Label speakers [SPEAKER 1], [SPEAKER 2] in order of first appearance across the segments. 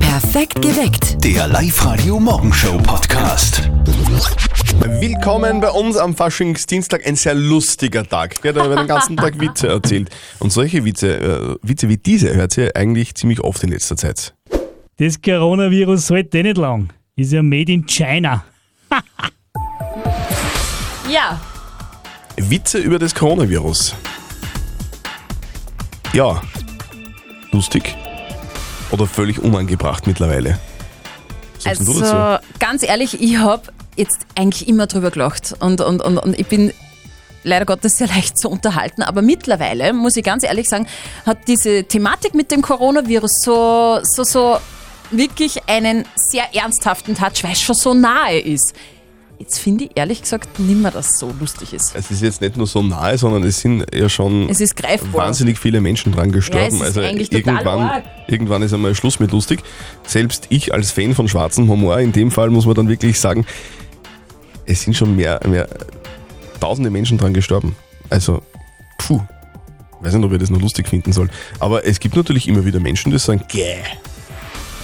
[SPEAKER 1] Perfekt geweckt.
[SPEAKER 2] Der Live-Radio Morgenshow Podcast.
[SPEAKER 3] Willkommen bei uns am Faschingsdienstag. Ein sehr lustiger Tag. Gell? Da werden den ganzen Tag Witze erzählt. Und solche Witze, äh, Witze wie diese hört ihr eigentlich ziemlich oft in letzter Zeit.
[SPEAKER 4] Das Coronavirus hält eh nicht lang. Ist ja made in China.
[SPEAKER 5] Ja,
[SPEAKER 3] Witze über das Coronavirus. Ja, lustig oder völlig unangebracht mittlerweile. Was sagst denn du dazu?
[SPEAKER 5] also ganz ehrlich, ich habe jetzt eigentlich immer drüber gelacht und, und, und, und ich bin leider Gottes sehr leicht zu unterhalten, aber mittlerweile, muss ich ganz ehrlich sagen, hat diese Thematik mit dem Coronavirus so, so, so wirklich einen sehr ernsthaften Touch, weil es schon so nahe ist. Jetzt finde ich ehrlich gesagt nimmer, dass es so lustig ist.
[SPEAKER 3] Es ist jetzt nicht nur so nahe, sondern es sind ja schon
[SPEAKER 5] Es ist greifbar.
[SPEAKER 3] wahnsinnig viele Menschen dran gestorben.
[SPEAKER 5] Ja, es ist
[SPEAKER 3] also
[SPEAKER 5] eigentlich total
[SPEAKER 3] irgendwann,
[SPEAKER 5] arg.
[SPEAKER 3] irgendwann ist einmal Schluss mit lustig. Selbst ich als Fan von schwarzem Humor, in dem Fall muss man dann wirklich sagen, es sind schon mehr, mehr tausende Menschen dran gestorben. Also, puh. Weiß nicht, ob ich das noch lustig finden soll. Aber es gibt natürlich immer wieder Menschen, die sagen, gäh.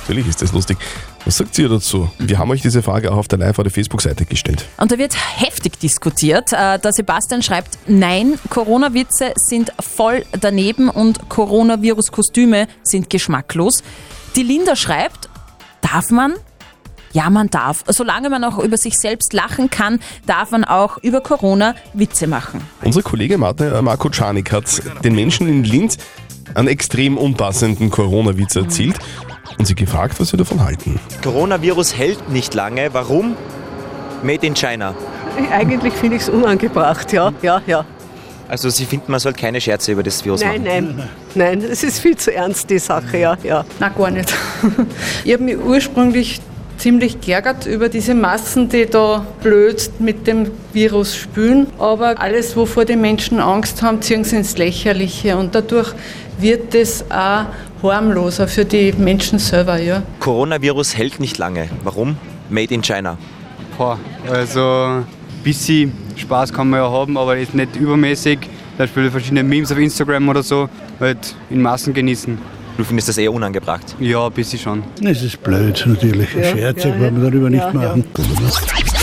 [SPEAKER 3] Natürlich ist das lustig. Was sagt ihr dazu? Wir haben euch diese Frage auch auf der Live- oder Facebook-Seite gestellt.
[SPEAKER 5] Und da wird heftig diskutiert. Äh, Der Sebastian schreibt, nein, Corona-Witze sind voll daneben und Coronavirus-Kostüme sind geschmacklos. Die Linda schreibt, darf man? Ja, man darf. Solange man auch über sich selbst lachen kann, darf man auch über Corona Witze machen.
[SPEAKER 3] Unser Kollege Martin, äh, Marco Czarnik hat den Menschen in Linz einen extrem unpassenden Corona-Witz erzählt und sie gefragt, was sie davon halten.
[SPEAKER 6] Coronavirus hält nicht lange. Warum? Made in China.
[SPEAKER 7] Eigentlich finde ich es unangebracht, ja, ja, ja.
[SPEAKER 6] Also Sie finden, man sollte keine Scherze über das Virus
[SPEAKER 7] Nein,
[SPEAKER 6] machen.
[SPEAKER 7] nein, nein, es ist viel zu ernst, die Sache, ja, ja.
[SPEAKER 8] Na gar nicht. Ich habe mich ursprünglich ziemlich geärgert über diese Massen, die da blöd mit dem Virus spülen. Aber alles, wovor die Menschen Angst haben, ziehen sie ins Lächerliche. Und dadurch wird es auch harmloser für die Menschen selber. Ja.
[SPEAKER 6] Coronavirus hält nicht lange. Warum? Made in China.
[SPEAKER 9] Boah, also ein bisschen Spaß kann man ja haben, aber jetzt nicht übermäßig. Zum Beispiel verschiedene Memes auf Instagram oder so, halt in Massen genießen.
[SPEAKER 6] Du findest das eher unangebracht.
[SPEAKER 9] Ja, ein bisschen schon.
[SPEAKER 10] Es ist blöd, natürlich. Scherze
[SPEAKER 7] ja,
[SPEAKER 10] wollen wir darüber
[SPEAKER 7] ja,
[SPEAKER 10] nicht
[SPEAKER 7] ja.
[SPEAKER 10] machen.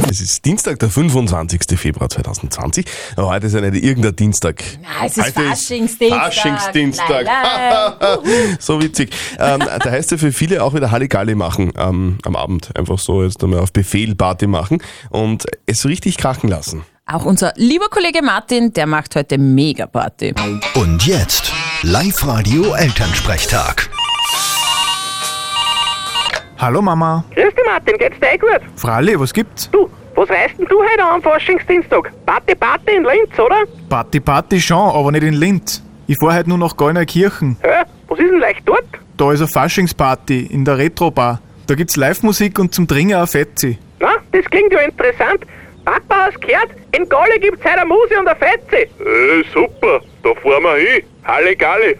[SPEAKER 3] Es ist Dienstag, der 25. Februar 2020. Aber heute ist ja nicht irgendein Dienstag.
[SPEAKER 5] Ah, es ist
[SPEAKER 3] Heute ist
[SPEAKER 5] Faschingsdienstag.
[SPEAKER 3] Faschingsdienstag.
[SPEAKER 5] La, la.
[SPEAKER 3] so witzig. Ähm, da heißt ja für viele auch wieder Halligalli machen ähm, am Abend. Einfach so jetzt einmal auf Befehl Party machen und es so richtig krachen lassen.
[SPEAKER 5] Auch unser lieber Kollege Martin, der macht heute Mega-Party.
[SPEAKER 2] Und jetzt Live-Radio Elternsprechtag.
[SPEAKER 11] Hallo Mama.
[SPEAKER 7] Grüß dich, Martin, geht's dir eh gut?
[SPEAKER 11] Fralli, was gibt's?
[SPEAKER 7] Du, was reißt denn du heute an am Faschingsdienstag? Party, Party in Linz, oder?
[SPEAKER 11] Party, Party schon, aber nicht in Linz. Ich fahr heute nur nach Gallnerkirchen.
[SPEAKER 7] Hä? Was ist denn leicht dort?
[SPEAKER 11] Da ist eine Faschingsparty in der Retrobar. Da gibt's Live-Musik und zum Trinken ein Fetzi.
[SPEAKER 7] Na, das klingt ja interessant. Papa, hast gehört? In Galle gibt's heute eine Muse und eine Fetze.
[SPEAKER 12] Äh, super, da fahren wir hin. Halle Galle.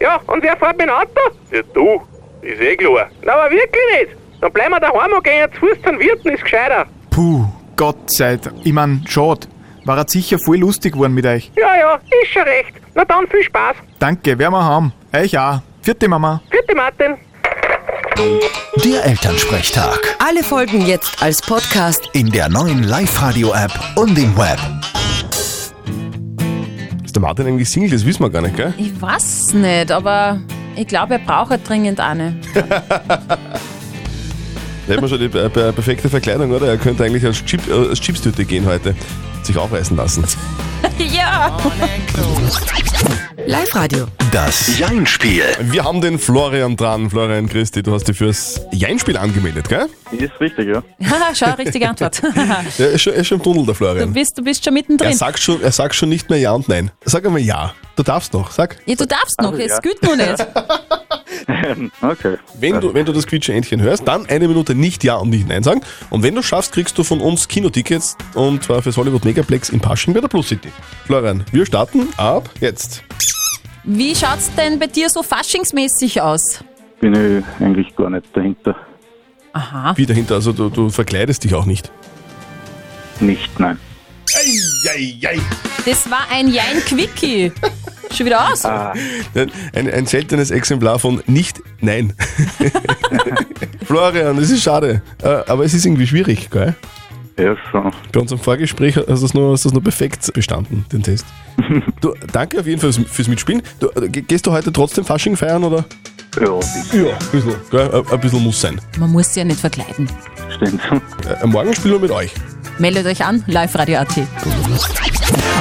[SPEAKER 7] Ja, und wer fährt mit dem Auto?
[SPEAKER 12] ja, du, ist eh klar.
[SPEAKER 7] Na, aber wirklich nicht. Dann bleiben wir daheim und gehen zu Fuß zum Wirten, ist gescheiter.
[SPEAKER 11] Puh, Gott sei Dank. Ich mein, schade. War jetzt sicher voll lustig geworden mit euch.
[SPEAKER 7] Ja, ja, ist schon recht. Na dann, viel Spaß.
[SPEAKER 11] Danke, werden wir haben. Euch auch. Vierte Mama.
[SPEAKER 7] Bitte, Martin.
[SPEAKER 2] Der Elternsprechtag.
[SPEAKER 1] Alle Folgen jetzt als Podcast.
[SPEAKER 2] In der neuen Live-Radio-App und im Web.
[SPEAKER 3] Ist der Martin eigentlich Single? Das wissen wir gar nicht, gell?
[SPEAKER 5] Ich weiß nicht, aber ich glaube, er braucht dringend eine.
[SPEAKER 3] Da hätten wir schon die per- per- perfekte Verkleidung, oder? Er könnte eigentlich als, Chip, äh, als Chipstüte gehen heute. Sich aufreißen lassen.
[SPEAKER 5] ja!
[SPEAKER 1] Live-Radio.
[SPEAKER 2] Das Jein-Spiel.
[SPEAKER 3] Wir haben den Florian dran. Florian Christi, du hast dich fürs Jeinspiel angemeldet, gell?
[SPEAKER 9] Ist richtig, ja.
[SPEAKER 5] Haha, Schau, richtige Antwort.
[SPEAKER 3] Er ist schon, er ist schon im Tunnel, der
[SPEAKER 5] Du
[SPEAKER 3] Florian.
[SPEAKER 5] bist, du bist schon
[SPEAKER 3] Er
[SPEAKER 5] mittendrin.
[SPEAKER 3] sagt, schon, er sagt schon nicht mehr Ja und Nein. Sag einmal Ja. Du darfst noch, sag.
[SPEAKER 5] Ja, du darfst noch,
[SPEAKER 9] ja.
[SPEAKER 5] es gilt nur nicht.
[SPEAKER 9] Okay.
[SPEAKER 3] Wenn du, wenn du das quietsche Entchen hörst, dann eine Minute nicht Ja und nicht Nein sagen. Und wenn du schaffst, kriegst du von uns Kinotickets und zwar fürs Hollywood Megaplex in Pasching bei der Plus City. Florian, wir starten ab jetzt.
[SPEAKER 5] Wie schaut's denn bei dir so faschingsmäßig aus?
[SPEAKER 9] Bin ich eigentlich gar nicht dahinter.
[SPEAKER 5] Aha.
[SPEAKER 3] Wie dahinter, also du, du verkleidest dich auch nicht.
[SPEAKER 9] Nicht, nein.
[SPEAKER 3] Eieiei.
[SPEAKER 5] Das war ein Jein-Quickie. Schon wieder aus?
[SPEAKER 9] Ah.
[SPEAKER 3] Ein, ein seltenes Exemplar von nicht, nein. Florian, es ist schade, äh, aber es ist irgendwie schwierig, gell?
[SPEAKER 13] Ja, so.
[SPEAKER 3] Bei unserem Vorgespräch hast du es noch, hast du es noch perfekt bestanden, den Test. Du, danke auf jeden Fall fürs, fürs Mitspielen. Du, äh, ge- gehst du heute trotzdem Fasching feiern, oder?
[SPEAKER 13] Ja,
[SPEAKER 3] Ja, ein bisschen. Gell? Ein, ein bisschen muss sein.
[SPEAKER 5] Man muss sie ja nicht verkleiden.
[SPEAKER 13] stimmt.
[SPEAKER 3] Äh, morgen spielen wir mit euch.
[SPEAKER 5] Meldet euch an, live radio AT.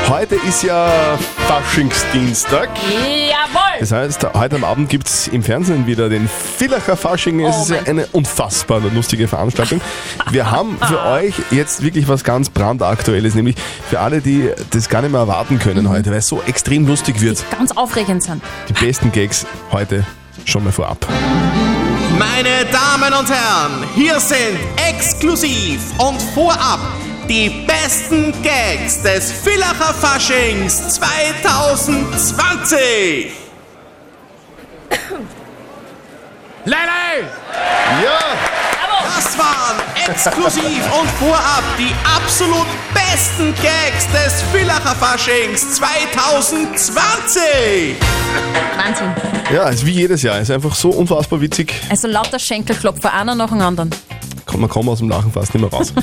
[SPEAKER 3] Heute ist ja Faschingsdienstag.
[SPEAKER 5] Jawohl!
[SPEAKER 3] Das heißt, heute am Abend gibt es im Fernsehen wieder den Villacher Fasching. Es ist ja eine unfassbar lustige Veranstaltung. Wir haben für euch jetzt wirklich was ganz brandaktuelles, nämlich für alle, die das gar nicht mehr erwarten können heute, weil es so extrem lustig wird.
[SPEAKER 5] Ganz aufregend sind.
[SPEAKER 3] Die besten Gags heute schon mal vorab.
[SPEAKER 14] Meine Damen und Herren, hier sind exklusiv und vorab die besten Gags des Villacher Faschings 2020. Lele! Ja! Das waren exklusiv und vorab die absolut besten Gags des Villacher Faschings 2020.
[SPEAKER 5] Wahnsinn.
[SPEAKER 3] Ja, ist wie jedes Jahr. Ist einfach so unfassbar witzig.
[SPEAKER 5] Also lauter Schenkelklopfer, einer nach dem anderen.
[SPEAKER 3] Komm, Man kommt aus dem Lachen fast nicht mehr raus.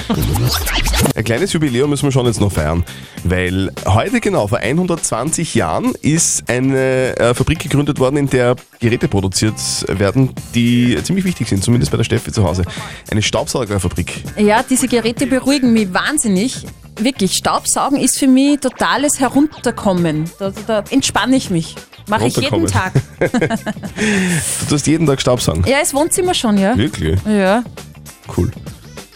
[SPEAKER 3] Ein kleines Jubiläum müssen wir schon jetzt noch feiern, weil heute genau vor 120 Jahren ist eine äh, Fabrik gegründet worden, in der Geräte produziert werden, die ziemlich wichtig sind, zumindest bei der Steffi zu Hause. Eine Staubsaugerfabrik.
[SPEAKER 5] Ja, diese Geräte beruhigen mich wahnsinnig. Wirklich, Staubsaugen ist für mich totales Herunterkommen. Da, da, da entspanne ich mich. Mache ich jeden Tag.
[SPEAKER 3] Runterkommen. Du tust jeden Tag Staubsaugen.
[SPEAKER 5] Ja, das Wohnzimmer schon, ja.
[SPEAKER 3] Wirklich?
[SPEAKER 5] Ja.
[SPEAKER 3] Cool.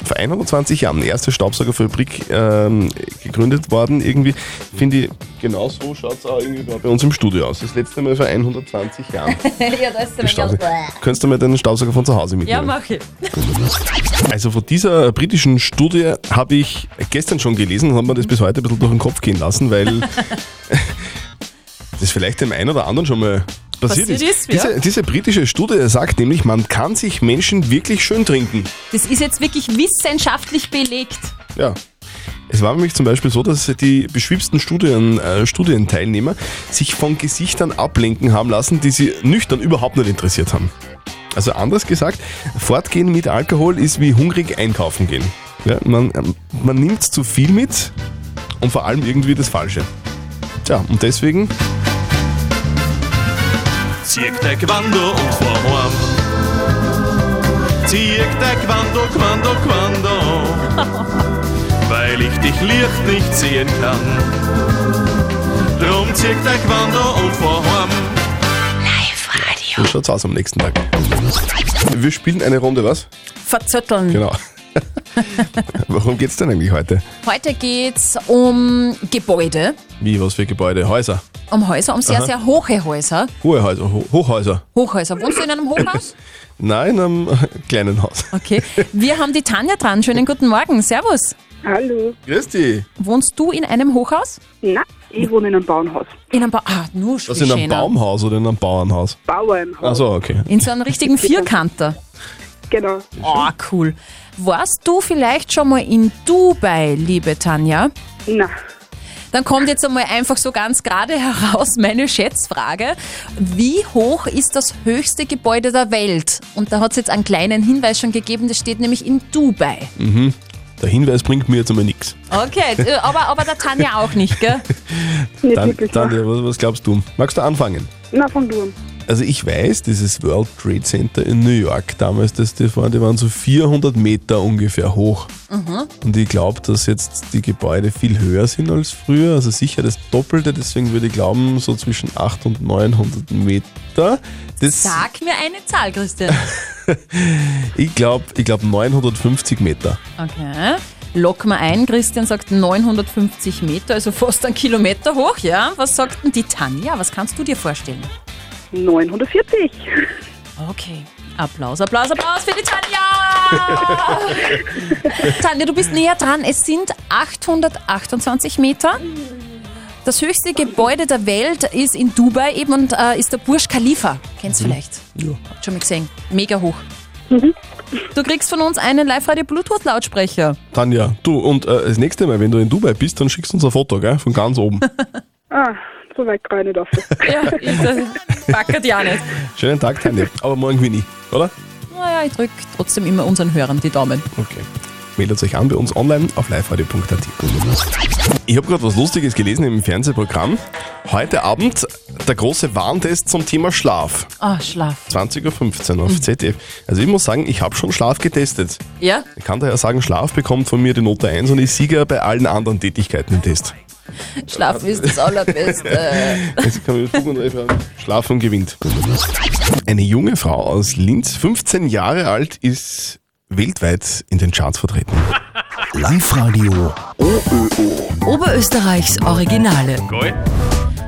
[SPEAKER 3] Vor 120 Jahren die erste Staubsaugerfabrik ähm, gegründet worden. Irgendwie finde ich, genau so schaut es auch irgendwie gerade bei uns im Studio aus. Das letzte Mal vor 120 Jahren.
[SPEAKER 5] ja, da ist
[SPEAKER 3] Gestanden. Könntest du mir deinen Staubsauger von zu Hause
[SPEAKER 5] Ja,
[SPEAKER 3] mitnehmen?
[SPEAKER 5] mache ich.
[SPEAKER 3] Also von dieser britischen Studie habe ich gestern schon gelesen und habe mir das bis heute ein bisschen durch den Kopf gehen lassen, weil das vielleicht dem einen oder anderen schon mal passiert,
[SPEAKER 5] Passiert
[SPEAKER 3] ist.
[SPEAKER 5] ist, ja.
[SPEAKER 3] diese, diese britische Studie sagt nämlich, man kann sich Menschen wirklich schön trinken.
[SPEAKER 5] Das ist jetzt wirklich wissenschaftlich belegt.
[SPEAKER 3] Ja. Es war nämlich zum Beispiel so, dass die beschwipsten Studien, äh, Studienteilnehmer sich von Gesichtern ablenken haben lassen, die sie nüchtern überhaupt nicht interessiert haben. Also anders gesagt, fortgehen mit Alkohol ist wie hungrig einkaufen gehen. Ja, man, ähm, man nimmt zu viel mit und vor allem irgendwie das Falsche. Tja, und deswegen
[SPEAKER 14] Zieht der Quando und vorhorn. Zieht der Quando, Quando, Quando. Weil ich dich Licht nicht sehen kann. Drum zieht der Quando und vorhorn.
[SPEAKER 3] so schaut's aus am nächsten Tag. Wir spielen eine Runde, was?
[SPEAKER 5] Verzötteln.
[SPEAKER 3] Genau. Worum geht's denn eigentlich heute?
[SPEAKER 5] Heute geht's um Gebäude,
[SPEAKER 3] Wie, was für Gebäude? Häuser?
[SPEAKER 5] um Häuser, um sehr,
[SPEAKER 3] Aha.
[SPEAKER 5] sehr hohe Häuser.
[SPEAKER 3] Hohe Häuser, Ho Hochhäuser.
[SPEAKER 5] Hochhäuser. Wohnst du in einem Hochhaus?
[SPEAKER 3] Nein, am äh, kleinen Haus.
[SPEAKER 5] Okay. Wir haben die Tanja dran. Schönen guten Morgen. Servus.
[SPEAKER 15] Hallo.
[SPEAKER 3] Grüß dich.
[SPEAKER 5] Wohnst du in einem Hochhaus?
[SPEAKER 15] Nein, ich wohne in einem Bauernhaus.
[SPEAKER 5] In einem ba ah, nur schon
[SPEAKER 3] Was in einem
[SPEAKER 5] schöner.
[SPEAKER 3] Baumhaus oder in einem Bauernhaus?
[SPEAKER 15] Bauernhaus.
[SPEAKER 3] Achso, okay.
[SPEAKER 5] In so einem richtigen Vierkanter.
[SPEAKER 15] Genau.
[SPEAKER 5] Oh, cool. Warst du vielleicht schon mal in Dubai, liebe Tanja?
[SPEAKER 15] Na.
[SPEAKER 5] Dann kommt jetzt einmal einfach so ganz gerade heraus meine Schätzfrage. Wie hoch ist das höchste Gebäude der Welt? Und da hat es jetzt einen kleinen Hinweis schon gegeben, das steht nämlich in Dubai.
[SPEAKER 3] Mhm. Der Hinweis bringt mir jetzt einmal nichts.
[SPEAKER 5] Okay, äh, aber, aber der Tanja auch nicht, gell?
[SPEAKER 3] Dann, Tanja, was, was glaubst du? Magst du anfangen?
[SPEAKER 15] Na, von du.
[SPEAKER 3] Also ich weiß, dieses World Trade Center in New York damals, das, das waren, die waren so 400 Meter ungefähr hoch.
[SPEAKER 15] Mhm.
[SPEAKER 3] Und ich glaube, dass jetzt die Gebäude viel höher sind als früher, also sicher das Doppelte, deswegen würde ich glauben, so zwischen 800 und 900 Meter. Das,
[SPEAKER 5] Sag mir eine Zahl, Christian.
[SPEAKER 3] ich glaube, ich glaub 950 Meter.
[SPEAKER 5] Okay. Lock mal ein, Christian sagt 950 Meter, also fast einen Kilometer hoch, ja? Was sagt denn die Tanja? Was kannst du dir vorstellen?
[SPEAKER 15] 940.
[SPEAKER 5] Okay. Applaus, Applaus, Applaus für die Tanja! Tanja, du bist näher dran. Es sind 828 Meter. Das höchste Gebäude der Welt ist in Dubai eben und äh, ist der Burj Khalifa. Kennst du vielleicht?
[SPEAKER 3] Ja.
[SPEAKER 5] Habt schon mal gesehen. Mega hoch. Du kriegst von uns einen Live-Radio-Bluetooth-Lautsprecher.
[SPEAKER 3] Tanja, du, und äh, das nächste Mal, wenn du in Dubai bist, dann schickst du uns ein Foto, gell? Von ganz oben.
[SPEAKER 15] Ah, So weit kann ich nicht auf.
[SPEAKER 5] Ja, ich packert ja nicht.
[SPEAKER 3] Schönen Tag, Tanja. Aber morgen gewinne ich, oder?
[SPEAKER 5] Naja, ich drücke trotzdem immer unseren Hörern die Daumen.
[SPEAKER 3] Okay. Meldet euch an bei uns online auf liveradio.at. Ich habe gerade was Lustiges gelesen im Fernsehprogramm. Heute Abend der große Warntest zum Thema Schlaf.
[SPEAKER 5] Ah, Schlaf.
[SPEAKER 3] 20.15 Uhr auf ZDF. Also ich muss sagen, ich habe schon Schlaf getestet.
[SPEAKER 5] Ja?
[SPEAKER 3] Ich kann daher sagen, Schlaf bekommt von mir die Note 1 und ich siege bei allen anderen Tätigkeiten im Test.
[SPEAKER 5] Schlafen ist das Allerbeste.
[SPEAKER 3] Also kann man mit Fug und Recht haben. Schlafen gewinnt. Eine junge Frau aus Linz, 15 Jahre alt, ist weltweit in den Charts vertreten.
[SPEAKER 2] Live-Radio OÖO.
[SPEAKER 5] Oberösterreichs Originale.
[SPEAKER 3] Gold.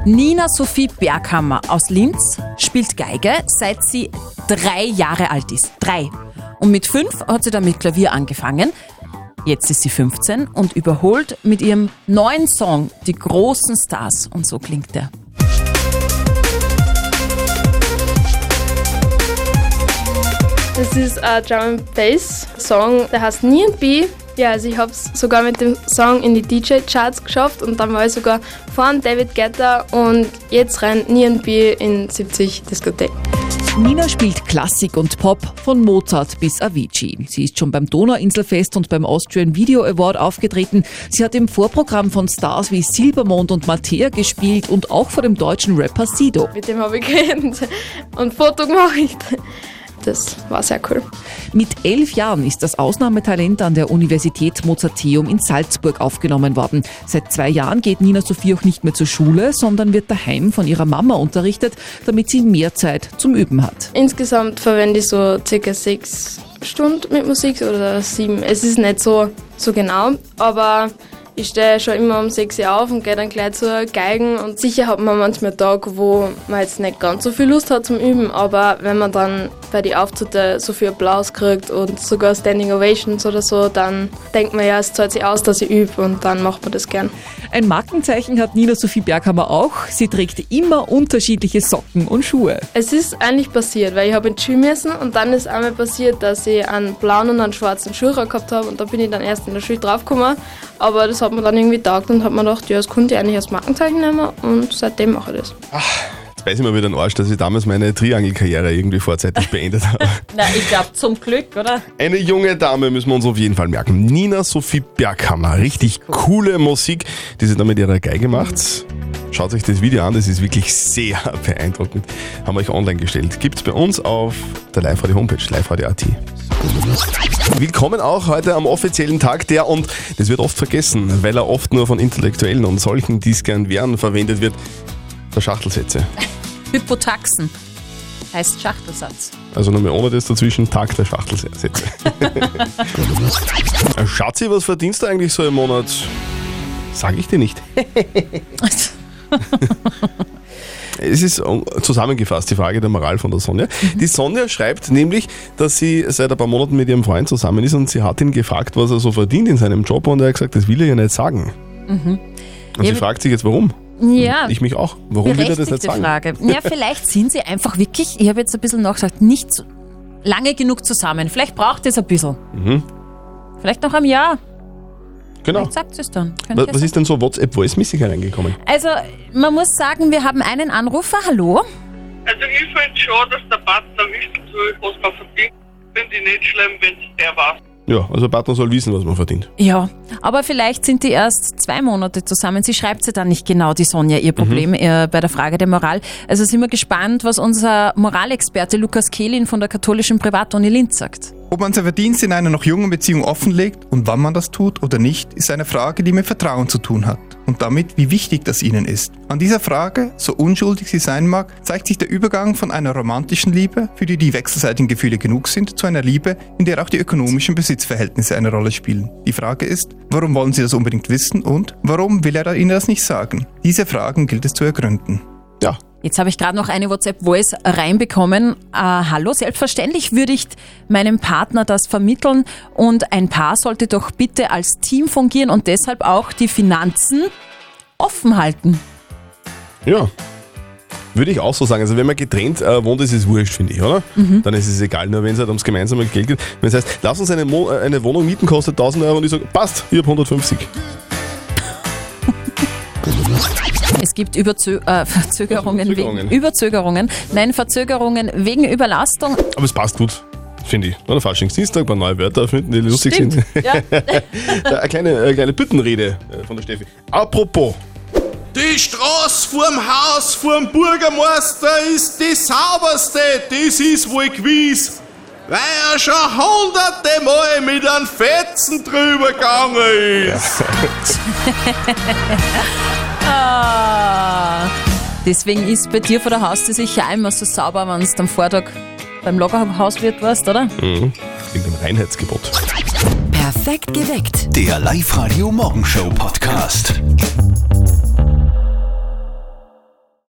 [SPEAKER 5] Nina Sophie Berghammer aus Linz spielt Geige, seit sie drei Jahre alt ist. Drei. Und mit fünf hat sie dann mit Klavier angefangen. Jetzt ist sie 15 und überholt mit ihrem neuen Song die großen Stars. Und so klingt er.
[SPEAKER 13] Das ist ein Drum and Bass Song, der heißt B. Ja, also ich habe es sogar mit dem Song in die DJ Charts geschafft und dann war ich sogar vor dem David Guetta und jetzt rennt B in 70 Diskotheken.
[SPEAKER 16] Nina spielt Klassik und Pop von Mozart bis Avicii. Sie ist schon beim Donauinselfest und beim Austrian Video Award aufgetreten. Sie hat im Vorprogramm von Stars wie Silbermond und Mattea gespielt und auch vor dem deutschen Rapper Sido.
[SPEAKER 13] Mit dem habe ich geredet und Foto gemacht. Das war sehr cool.
[SPEAKER 16] Mit elf Jahren ist das Ausnahmetalent an der Universität Mozarteum in Salzburg aufgenommen worden. Seit zwei Jahren geht Nina Sophie auch nicht mehr zur Schule, sondern wird daheim von ihrer Mama unterrichtet, damit sie mehr Zeit zum Üben hat.
[SPEAKER 13] Insgesamt verwende ich so circa sechs Stunden mit Musik oder sieben. Es ist nicht so, so genau, aber ich stehe schon immer um sechs Uhr auf und gehe dann gleich zur Geigen. Und sicher hat man manchmal Tage, wo man jetzt nicht ganz so viel Lust hat zum Üben, aber wenn man dann bei den Auftritten so viel Applaus kriegt und sogar Standing Ovations oder so, dann denkt man ja, es zahlt sich aus, dass ich übe und dann macht man das gern.
[SPEAKER 16] Ein Markenzeichen hat Nina Sophie Berghammer auch. Sie trägt immer unterschiedliche Socken und Schuhe.
[SPEAKER 13] Es ist eigentlich passiert, weil ich habe in die Schule müssen und dann ist einmal passiert, dass ich einen blauen und einen schwarzen Schuh gehabt habe und da bin ich dann erst in der Schule draufgekommen. Aber das hat mir dann irgendwie taugt und hat mir gedacht, ja, das konnte ich eigentlich als Markenzeichen nehmen und seitdem mache ich das.
[SPEAKER 3] Jetzt weiß ich mir wieder den Arsch, dass ich damals meine Triangelkarriere irgendwie vorzeitig beendet habe.
[SPEAKER 5] Na, ich glaube zum Glück, oder?
[SPEAKER 3] Eine junge Dame müssen wir uns auf jeden Fall merken. Nina Sophie Berghammer. Richtig coole Musik, die sie da mit ihrer Geige macht. Schaut euch das Video an, das ist wirklich sehr beeindruckend. Haben wir euch online gestellt. Gibt's bei uns auf der Live-Radio-Homepage, liveradio.at. Willkommen auch heute am offiziellen Tag der, und das wird oft vergessen, weil er oft nur von Intellektuellen und solchen, die es gern wären, verwendet wird, der Schachtelsätze.
[SPEAKER 5] Hypotaxen heißt Schachtelsatz.
[SPEAKER 3] Also nochmal ohne das dazwischen, Tag der Schachtelsätze. Schatzi, Äh, was verdienst du eigentlich so im Monat? Sag ich dir nicht. Es ist um, zusammengefasst die Frage der Moral von der Sonja.
[SPEAKER 5] Mhm.
[SPEAKER 3] Die Sonja schreibt nämlich, dass sie seit ein paar Monaten mit ihrem Freund zusammen ist und sie hat ihn gefragt, was er so verdient in seinem Job und er hat gesagt, das will er ja nicht sagen.
[SPEAKER 5] Mhm.
[SPEAKER 3] Und
[SPEAKER 5] Ja,
[SPEAKER 3] sie
[SPEAKER 5] wir-
[SPEAKER 3] fragt sich jetzt, warum?
[SPEAKER 5] Ja.
[SPEAKER 3] Ich mich auch. Warum will er das nicht
[SPEAKER 5] Berechtigte
[SPEAKER 3] sagen?
[SPEAKER 5] Frage. Ja, vielleicht sind sie einfach wirklich, ich habe jetzt ein bisschen nachgedacht, nicht so- lange genug zusammen. Vielleicht braucht es ein bisschen.
[SPEAKER 3] Mhm.
[SPEAKER 5] Vielleicht noch ein Jahr.
[SPEAKER 3] Genau.
[SPEAKER 5] Vielleicht sagt sie es dann. Könnte
[SPEAKER 3] Was,
[SPEAKER 5] ja
[SPEAKER 3] was
[SPEAKER 5] sein.
[SPEAKER 3] ist denn so WhatsApp-Voice-mäßig hereingekommen?
[SPEAKER 5] Also, man muss sagen, wir haben einen Anrufer. Hallo?
[SPEAKER 17] Also ich finde schon, dass der Partner wissen soll, was man verdient. Finde ich nicht schlimm, wenn es der weiß.
[SPEAKER 3] Ja, also Partner soll wissen, was man verdient.
[SPEAKER 5] Ja, aber vielleicht sind die erst zwei Monate zusammen. Sie schreibt sie dann nicht genau, die Sonja, ihr Problem äh, bei der Frage der Moral. Also sind wir gespannt, was unser Moralexperte Lukas Kehlin von der katholischen Privatuni Linz sagt.
[SPEAKER 18] Ob man sein Verdienst in einer noch jungen Beziehung offenlegt und wann man das tut oder nicht, ist eine Frage, die mit Vertrauen zu tun hat und damit, wie wichtig das ihnen ist. An dieser Frage, so unschuldig sie sein mag, zeigt sich der Übergang von einer romantischen Liebe, für die die wechselseitigen Gefühle genug sind, zu einer Liebe, in der auch die ökonomischen Besitzverhältnisse eine Rolle spielen. Die Frage ist, warum wollen sie das unbedingt wissen und warum will er ihnen das nicht sagen? Diese Fragen gilt es zu ergründen.
[SPEAKER 3] Ja,
[SPEAKER 5] Jetzt habe ich gerade noch eine WhatsApp-Voice reinbekommen. Äh, hallo, selbstverständlich würde ich meinem Partner das vermitteln und ein Paar sollte doch bitte als Team fungieren und deshalb auch die Finanzen offen halten.
[SPEAKER 3] Ja. Würde ich auch so sagen. Also wenn man getrennt äh, wohnt, ist es wurscht, finde ich, oder? Dann ist es egal, nur wenn es halt ums gemeinsame Geld geht. Wenn es heißt, lass uns eine, Mo äh, eine Wohnung mieten, kostet 1000 Euro und ich sage, passt, ich habe 150.
[SPEAKER 5] Es gibt Überzö äh, Verzögerungen,
[SPEAKER 3] Verzögerungen.
[SPEAKER 5] Wegen, Überzögerungen. Nein, Verzögerungen wegen Überlastung.
[SPEAKER 3] Aber es passt gut, finde ich. Oder Faschingsdienstag, paar neue Wörter finden, die lustig
[SPEAKER 5] Stimmt,
[SPEAKER 3] sind.
[SPEAKER 5] ja.
[SPEAKER 3] Da eine kleine, äh, kleine Büttenrede äh, von der Steffi. Apropos,
[SPEAKER 19] Die Straße vorm Haus vorm Bürgermeister ist die sauberste, das ist wohl gewiss. Weil er schon hunderte Mal mit einem Fetzen drüber gegangen ist.
[SPEAKER 5] ah. Deswegen ist bei dir vor der Haustür sicher einmal so sauber, wenn es am Vortag beim Lagerhauswirt warst, oder?
[SPEAKER 3] Mhm. Wegen dem Reinheitsgebot.
[SPEAKER 1] Perfekt geweckt.
[SPEAKER 2] Der Live-Radio Morgenshow Podcast.